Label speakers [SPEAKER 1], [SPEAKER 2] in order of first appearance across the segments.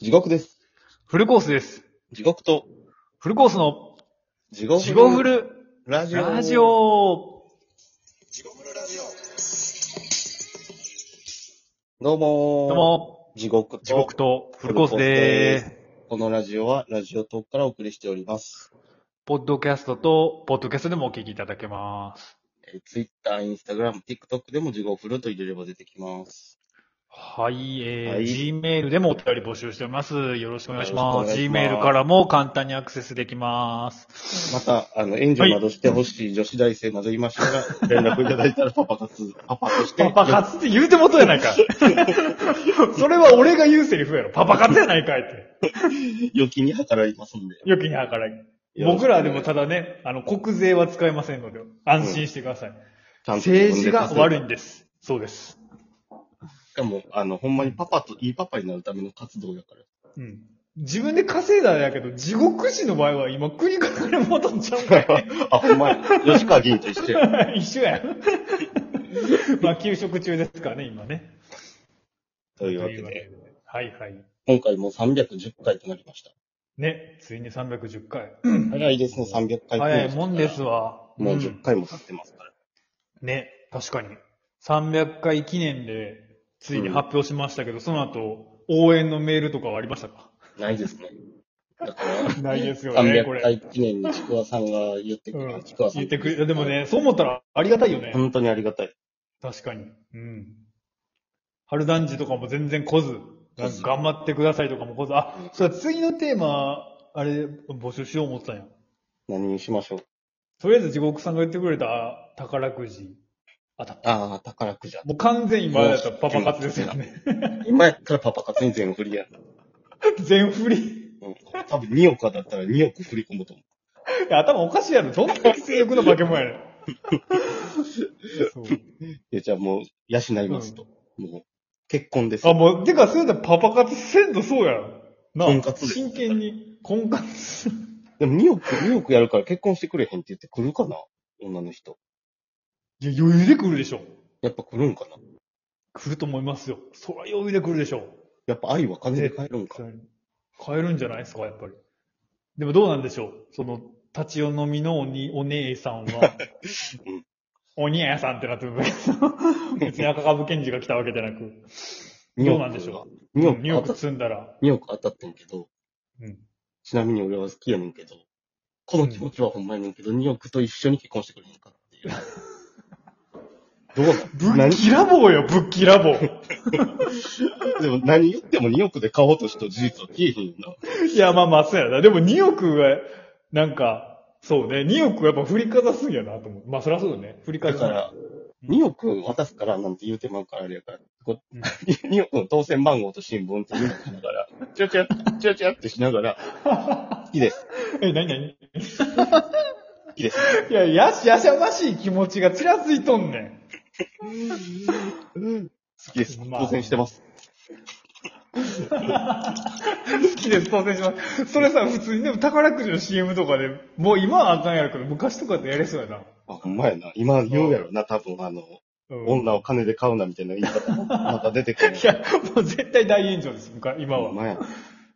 [SPEAKER 1] 地獄です。
[SPEAKER 2] フルコースです。
[SPEAKER 1] 地獄と、
[SPEAKER 2] フルコースの、
[SPEAKER 1] 地獄
[SPEAKER 2] ジゴフル
[SPEAKER 1] ラジオ。
[SPEAKER 2] ラジオ
[SPEAKER 1] どうもー
[SPEAKER 2] どう。も、
[SPEAKER 1] 地獄と。
[SPEAKER 2] 地獄とフルコースで
[SPEAKER 1] フ
[SPEAKER 2] ーす。
[SPEAKER 1] このラジオは、ラジオトークからお送りしております。
[SPEAKER 2] ポッドキャストと、ポッドキャストでもお聞きいただけます。
[SPEAKER 1] えー、Twitter、Instagram、TikTok でも地獄フルと入れれば出てきます。
[SPEAKER 2] はい、えー
[SPEAKER 1] はい
[SPEAKER 2] Gmail でもお便り募集しております。よろしくお願いします。
[SPEAKER 1] よろしくお願いします
[SPEAKER 2] Gmail からも簡単にアクセスできます。
[SPEAKER 1] また、あの、援助などしてほしい女子大生などいましたら、連絡いただいたらパパ活、パパとして。
[SPEAKER 2] パパ活って言うてもとやな いか。それは俺が言うセリフやろ。パパ活やないかいって。
[SPEAKER 1] 余計に計らいますんで。
[SPEAKER 2] よきに計らい。僕らでもただね、あの、国税は使えませんので、安心してください。
[SPEAKER 1] ちゃんと自分で
[SPEAKER 2] 政治が悪いん
[SPEAKER 1] し
[SPEAKER 2] です。そうです。
[SPEAKER 1] かも、あの、ほんまにパパと、いいパパになるための活動やから。
[SPEAKER 2] うん。自分で稼いだらやけど、地獄市の場合は今国から金戻っ ちゃうんかい
[SPEAKER 1] あ、ほんまや。吉川議員と一緒や。
[SPEAKER 2] 一緒やん。まあ、休職中ですからね、今ね。
[SPEAKER 1] というわけで、
[SPEAKER 2] というわけで。はいはい。
[SPEAKER 1] 今回もう310回となりました。
[SPEAKER 2] ね、ついに310回。
[SPEAKER 1] 早いですね、300回
[SPEAKER 2] 早いもんですわ。
[SPEAKER 1] もう
[SPEAKER 2] うん
[SPEAKER 1] 10回も経ってますから。
[SPEAKER 2] ね、確かに。300回記念で、ついに発表しましたけど、その後、応援のメールとかはありましたか
[SPEAKER 1] ないですね。だか
[SPEAKER 2] ないです
[SPEAKER 1] ら、
[SPEAKER 2] よね、こ
[SPEAKER 1] 300
[SPEAKER 2] れ。
[SPEAKER 1] 回記念にちくわさんが言ってく
[SPEAKER 2] う
[SPEAKER 1] れ
[SPEAKER 2] ん
[SPEAKER 1] ちくわさん。
[SPEAKER 2] 言ってくれ、でも。ね、そう思ったらありがたいよね。
[SPEAKER 1] 本当にありがたい。
[SPEAKER 2] 確かに。うん。春団児とかも全然来ず、
[SPEAKER 1] 来ず
[SPEAKER 2] 頑張ってくださいとかも来ず、あ
[SPEAKER 1] うん、
[SPEAKER 2] それは次のテーマ、あれ、募集しよう思ってたんや。
[SPEAKER 1] 何にしましょう。
[SPEAKER 2] とりあえず地獄さんが言ってくれた宝くじ、当たった。
[SPEAKER 1] ああ、宝くじゃ。
[SPEAKER 2] もう完全に今やったらパパ活ですよね。
[SPEAKER 1] 今やったらパパ活に全振りや。
[SPEAKER 2] 全振り。
[SPEAKER 1] うん。多分2億だったら2億振り込むと思
[SPEAKER 2] いや頭おかしいやろ。どんな性欲の化け物やねん。そう
[SPEAKER 1] う。でじゃあもう、養いますと。もう、結婚です。
[SPEAKER 2] あ、もう、てか、そうやったらパパ活せんとそうやろ。なあ
[SPEAKER 1] 婚活です
[SPEAKER 2] 真剣に。婚活。
[SPEAKER 1] でも2億、2億やるから結婚してくれへんって言ってくるかな女の人。
[SPEAKER 2] いや、余裕で来るでしょ。
[SPEAKER 1] やっぱ来るんかな
[SPEAKER 2] 来ると思いますよ。そら余裕で来るでしょ
[SPEAKER 1] やっぱ愛は金で買えるん
[SPEAKER 2] う。
[SPEAKER 1] か。
[SPEAKER 2] 買えるんじゃないですか、やっぱり。でもどうなんでしょうその、立ち飲みのおにお姉さん は
[SPEAKER 1] うん、
[SPEAKER 2] おにやさんってなってるんだけど、別に赤株検事が来たわけじゃなく、
[SPEAKER 1] 2
[SPEAKER 2] ど
[SPEAKER 1] 億
[SPEAKER 2] うなんでしょう
[SPEAKER 1] 2億
[SPEAKER 2] 2億
[SPEAKER 1] 当たっ
[SPEAKER 2] 積んだら、
[SPEAKER 1] 2億当たってんけど、
[SPEAKER 2] うん
[SPEAKER 1] ちなみに俺は好きやねんけど、この気持ちはほんまやねんけど、2億と一緒に結婚してくれへんかっていう。 ど
[SPEAKER 2] ぶ
[SPEAKER 1] うな
[SPEAKER 2] っ
[SPEAKER 1] ん
[SPEAKER 2] きらぼうよ、ぶっきらぼう。
[SPEAKER 1] 何でも何言っても2億で買おうとした事実は消えへんよな。
[SPEAKER 2] いや、まあまあ、そうやな。でも2億は、なんか、そうね、2億はやっぱ振りかざすんやなと思う。まあ、そりゃそうだね。振りか
[SPEAKER 1] だ
[SPEAKER 2] ざす。
[SPEAKER 1] から、
[SPEAKER 2] うん
[SPEAKER 1] 2億渡すからなんて言うてまうからあれやから、こ
[SPEAKER 2] うん
[SPEAKER 1] 2億の当選番号と新聞って言うのしなが ら、チラチラ、チラチラってしながら、好きです、
[SPEAKER 2] え、なになに
[SPEAKER 1] 好きです。
[SPEAKER 2] いや、やし、やしゃましい気持ちがちらついとんねん。
[SPEAKER 1] 好きです。
[SPEAKER 2] まあ
[SPEAKER 1] 当選してます。
[SPEAKER 2] 好きです、当選します。それさ、普通にでも宝くじの CM とかで、もう今はあかんやろうけど、昔とかってやれそうやな。
[SPEAKER 1] あ、ほんまやな。今言うやろな、多分あの、
[SPEAKER 2] うん
[SPEAKER 1] 女を金で買うなみたいな言い方もまた出てくる。
[SPEAKER 2] いや、もう絶対大炎上です、昔今
[SPEAKER 1] ほん
[SPEAKER 2] は。
[SPEAKER 1] まや。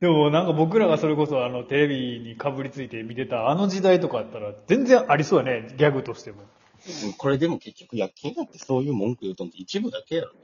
[SPEAKER 2] でもなんか僕らがそれこそあのテレビにかぶりついて見てたあの時代とかあったら全然ありそうやね、ギャグとしても。
[SPEAKER 1] うんこれでも結局、薬金だってそういう文句言うとんって一部だけやろね。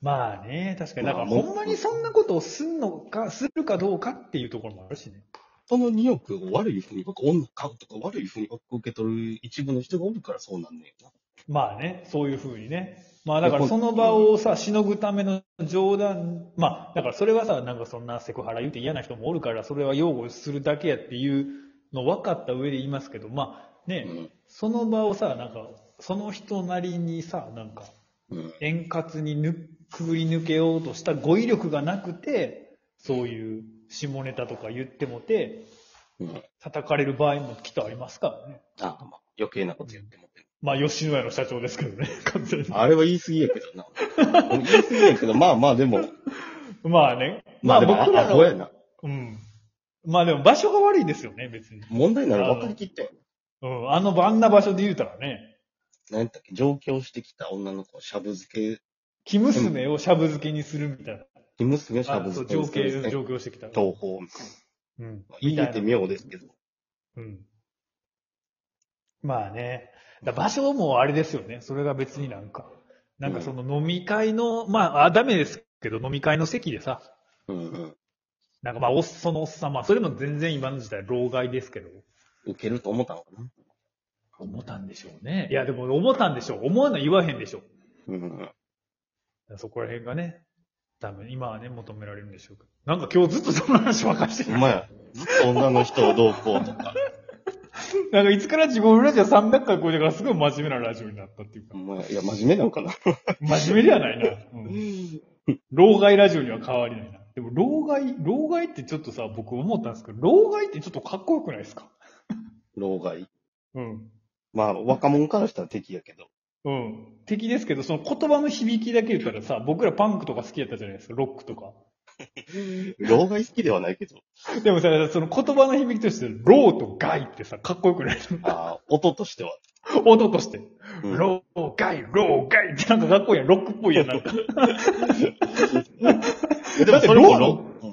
[SPEAKER 2] まあね、確かに。
[SPEAKER 1] ま
[SPEAKER 2] な
[SPEAKER 1] あ
[SPEAKER 2] んかほんまにそんなことをすんのか、するかどうかっていうところもあるしね。
[SPEAKER 1] その2億を悪いふうに僕、女買うとか悪いふうに僕受け取る一部の人がおるからそうなんねんな。
[SPEAKER 2] まあね、そういうふうにね。まあだからその場をさ、しのぐための冗談、まあだからそれはさ、なんかそんなセクハラ言うて嫌な人もおるから、それは擁護するだけやっていうの分かった上で言いますけど、まあね、その場をさ、なんか、その人なりにさ、なんか、
[SPEAKER 1] うん。うん。
[SPEAKER 2] 円滑にぬくぐり抜けようとした語彙力がなくて、そういう下ネタとか言ってもて、
[SPEAKER 1] うん。
[SPEAKER 2] 叩かれる場合もきっとありますからね。
[SPEAKER 1] あ、まあ、余計なこと言ってもって。
[SPEAKER 2] まあ、吉野家の社長ですけどね、完全に。
[SPEAKER 1] あれは言い過ぎやけどな。言い過ぎやけど、まあまあでも、
[SPEAKER 2] まあね。
[SPEAKER 1] まあでも、あ、あ、そうや
[SPEAKER 2] の、
[SPEAKER 1] な。
[SPEAKER 2] うん。まあでも場所が悪いですよね、別に。
[SPEAKER 1] 問題なら分かりきって。
[SPEAKER 2] うん。あの、あんな場所で言うたらね、
[SPEAKER 1] 何やったっけ上京してきた女の子をしゃぶ漬け
[SPEAKER 2] 生娘をしゃぶ漬けにするみたいな。
[SPEAKER 1] 生娘はシャ
[SPEAKER 2] あ
[SPEAKER 1] ブ
[SPEAKER 2] そう、
[SPEAKER 1] 漬け
[SPEAKER 2] 情
[SPEAKER 1] にするんです
[SPEAKER 2] 景、
[SPEAKER 1] ね。
[SPEAKER 2] 上京してきた。
[SPEAKER 1] 情報。
[SPEAKER 2] うん。
[SPEAKER 1] 言えて妙ですけど。
[SPEAKER 2] うん。まあね。だ場所もあれですよね。それが別になんか。なんかその飲み会の、まあ、あ、ダメですけど、飲み会の席でさ、
[SPEAKER 1] うんうん。
[SPEAKER 2] なんかまあ、おっそのおっさん、まあ、それも全然今の時代、老害ですけど、
[SPEAKER 1] 受けると思ったのかな。
[SPEAKER 2] 思ったんでしょうね。いや、でも思ったんでしょう。思わない言わへんでしょ
[SPEAKER 1] うんうん。
[SPEAKER 2] う。そこら辺がね、多分今はね、求められるんでしょうけど。なんか今日ずっとその話ばっかりして
[SPEAKER 1] お
[SPEAKER 2] る。
[SPEAKER 1] 前、ずっと女の人をどうこう とか。
[SPEAKER 2] なんかいつから自分ラジオ300回超えたからすごい真面目なラジオになったっていうか
[SPEAKER 1] お。前、いや、真面目なのかな。
[SPEAKER 2] 真面目ではないな。うん老害ラジオには変わりないな。でも、老害、老害ってちょっとさ、僕思ったんですけど、老害ってちょっとかっこよくないですか
[SPEAKER 1] 老害。
[SPEAKER 2] うん。
[SPEAKER 1] まあ、若者からしたら敵やけど。
[SPEAKER 2] うん。敵ですけど、その言葉の響きだけ言ったらさ、僕らパンクとか好きやったじゃないですか、ロックとか。
[SPEAKER 1] 老害好きではないけど。
[SPEAKER 2] でもさ、その言葉の響きとして、ローと害ってさ、かっこよくない
[SPEAKER 1] ああ、音としては。
[SPEAKER 2] 音として。
[SPEAKER 1] うん
[SPEAKER 2] ロー害、ロー害ってなんかかっこいいやん。ロックっぽいやん、なん か。
[SPEAKER 1] えで
[SPEAKER 2] だ
[SPEAKER 1] も
[SPEAKER 2] って
[SPEAKER 1] それも
[SPEAKER 2] 老
[SPEAKER 1] 老、
[SPEAKER 2] うん。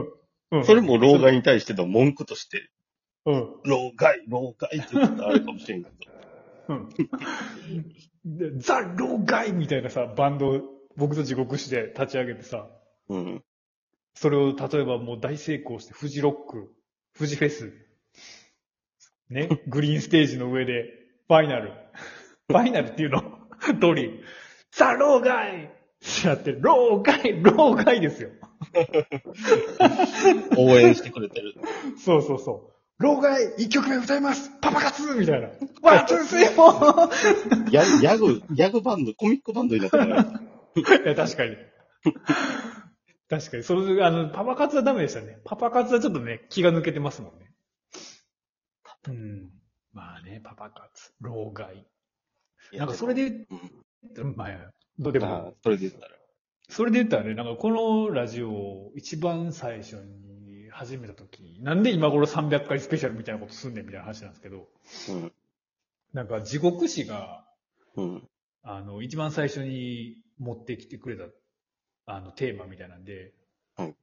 [SPEAKER 2] う。
[SPEAKER 1] うんんそれも老害に対しての文句として、
[SPEAKER 2] うん。
[SPEAKER 1] 老害、老害って言ったらあるかもしれんけど。
[SPEAKER 2] うんでザ・ローガイみたいなさ、バンドを僕と地獄師で立ち上げてさ、
[SPEAKER 1] うん。
[SPEAKER 2] それを例えばもう大成功して、フジロック、フジフェス、ね、 グリーンステージの上で、ファイナル、ファイナルっていうの、通り、ザ・ローガイってなって、ローガイ、ローガイですよ。
[SPEAKER 1] 応援してくれてる。
[SPEAKER 2] そうそうそう。老害、一曲目歌いますパパ活 みたいな。ワン、ツー、スリー、フォー
[SPEAKER 1] ギャギャグ、ギャグバンド、コミックバンドになってもらえる。
[SPEAKER 2] いや、確かに。 確かに。それ、あの、パパ活はダメでしたね。パパ活はちょっとね、気が抜けてますもんね。うん。まあね、パパ活。老害。なんかそれ
[SPEAKER 1] で、
[SPEAKER 2] で言
[SPEAKER 1] うん
[SPEAKER 2] ったら、まあ、どうで
[SPEAKER 1] あ
[SPEAKER 2] も
[SPEAKER 1] あ、それで言ったら。
[SPEAKER 2] それで言ったらね、なんかこのラジオを一番最初に始めた時、なんで今頃300回スペシャルみたいなことすんねんみたいな話なんですけど、
[SPEAKER 1] うん。
[SPEAKER 2] なんか地獄師が、
[SPEAKER 1] うん。
[SPEAKER 2] あの、一番最初に持ってきてくれた、あの、テーマみたいなんで、
[SPEAKER 1] はい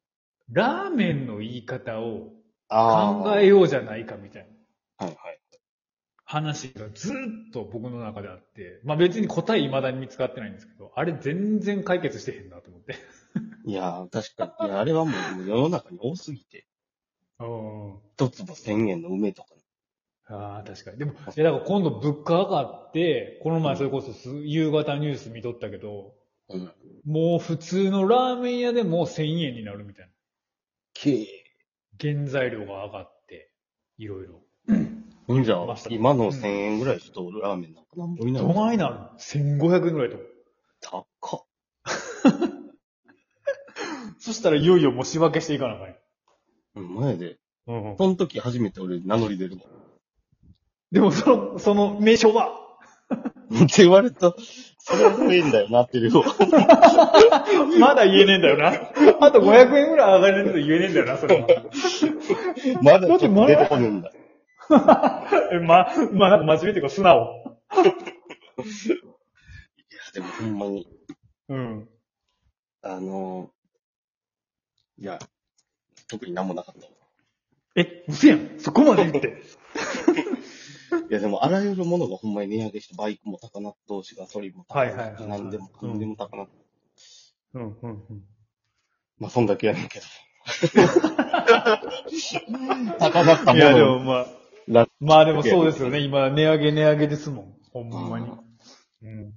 [SPEAKER 2] ラーメンの言い方を
[SPEAKER 1] あ
[SPEAKER 2] 考
[SPEAKER 1] あ。はい
[SPEAKER 2] えようじゃないかみたいな
[SPEAKER 1] はい。
[SPEAKER 2] 話がずっと僕の中であって、まあ別に答え未だに見つかってないんですけど、あれ全然解決してへんなと思って。
[SPEAKER 1] いやー、確かに。いや、あれはもうもう世の中に多すぎて、
[SPEAKER 2] うん。
[SPEAKER 1] 一粒千円の梅とか、
[SPEAKER 2] ああ、確かに。でも、いやだから今度物価上がって、この前それこそす夕方ニュース見とったけど、
[SPEAKER 1] うん。
[SPEAKER 2] もう普通のラーメン屋でも1000円になるみたいな。
[SPEAKER 1] きれ
[SPEAKER 2] 原材料が上がって、いろいろ。
[SPEAKER 1] い。んじゃ
[SPEAKER 2] ました、
[SPEAKER 1] 今の千円ぐらいちょっとラーメンなんかなんぼになる
[SPEAKER 2] ど。ないなるの ?1500 円ぐらいと。
[SPEAKER 1] 高っ。
[SPEAKER 2] そしたらいよいよもう仕分けしていかなあかんよ
[SPEAKER 1] うん、前で。
[SPEAKER 2] うんうん
[SPEAKER 1] その時初めて俺名乗り出るもん。
[SPEAKER 2] でもその、その名称は、
[SPEAKER 1] って言われた、それは無理だよなっていう。
[SPEAKER 2] まだ言えねえんだよ な。あと500円ぐらい上がれると言え ねえんだよな、それは。
[SPEAKER 1] まだちょっと出てこねえんだ。
[SPEAKER 2] えま、まあ、なんか真面目っていうか素直。
[SPEAKER 1] いや、でもほんまに、
[SPEAKER 2] うん。
[SPEAKER 1] あのーいや、特になんもなかったわ。
[SPEAKER 2] え、嘘やん。そこまで言って。
[SPEAKER 1] いや、でもあらゆるものがほんまに値上げして、バイクも高なっ同士ガソリンも高
[SPEAKER 2] はい
[SPEAKER 1] な
[SPEAKER 2] はい
[SPEAKER 1] っ
[SPEAKER 2] はいはい
[SPEAKER 1] 何でもかんでも高なっ
[SPEAKER 2] うん、うん、うん。
[SPEAKER 1] まあ、そんだけやねん けど。高なった
[SPEAKER 2] い
[SPEAKER 1] も
[SPEAKER 2] や、で
[SPEAKER 1] の
[SPEAKER 2] もまあ、
[SPEAKER 1] ラ
[SPEAKER 2] まあでもそうですよね。今、値上げ値上げですもん。ほんまに。うん。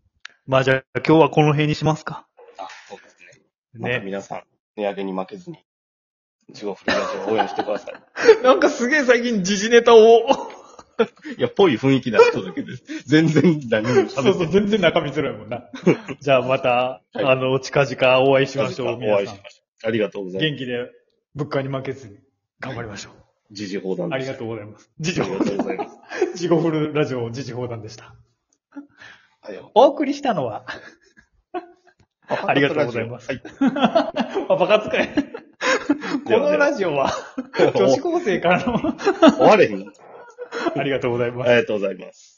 [SPEAKER 2] まあじゃあ、今日はこの辺にしますか。
[SPEAKER 1] あ、そうですね。また
[SPEAKER 2] ね。
[SPEAKER 1] 皆さん、値上げに負けずに、中国フリーラジオを応援してく ださい。
[SPEAKER 2] なんかすげえ最近時事ネタを。
[SPEAKER 1] いや、ぽい雰囲気な人だけです。 全然何も喋って
[SPEAKER 2] そうそう、全然中身ずらいもんな。 じゃあまた、
[SPEAKER 1] はい
[SPEAKER 2] あの、近々お会いしましょう。
[SPEAKER 1] お会いし
[SPEAKER 2] 皆さん
[SPEAKER 1] ましょう。ありがとうござい
[SPEAKER 2] 元気で物価に負けずに頑張りましょう。
[SPEAKER 1] ます。時事報談
[SPEAKER 2] あ
[SPEAKER 1] で
[SPEAKER 2] り
[SPEAKER 1] し
[SPEAKER 2] がとうございます。時事
[SPEAKER 1] た。あり
[SPEAKER 2] 報
[SPEAKER 1] がとうございます。
[SPEAKER 2] 事後フルラジオ時事放談でした。
[SPEAKER 1] はいよ
[SPEAKER 2] お送りしたのは、 ありがとうございます。
[SPEAKER 1] はい。
[SPEAKER 2] あ、バカ使い。こ
[SPEAKER 1] では
[SPEAKER 2] のラジオ は、女子高生からの、
[SPEAKER 1] 終われへん。
[SPEAKER 2] ありがとうございます
[SPEAKER 1] あ。りがとうございます。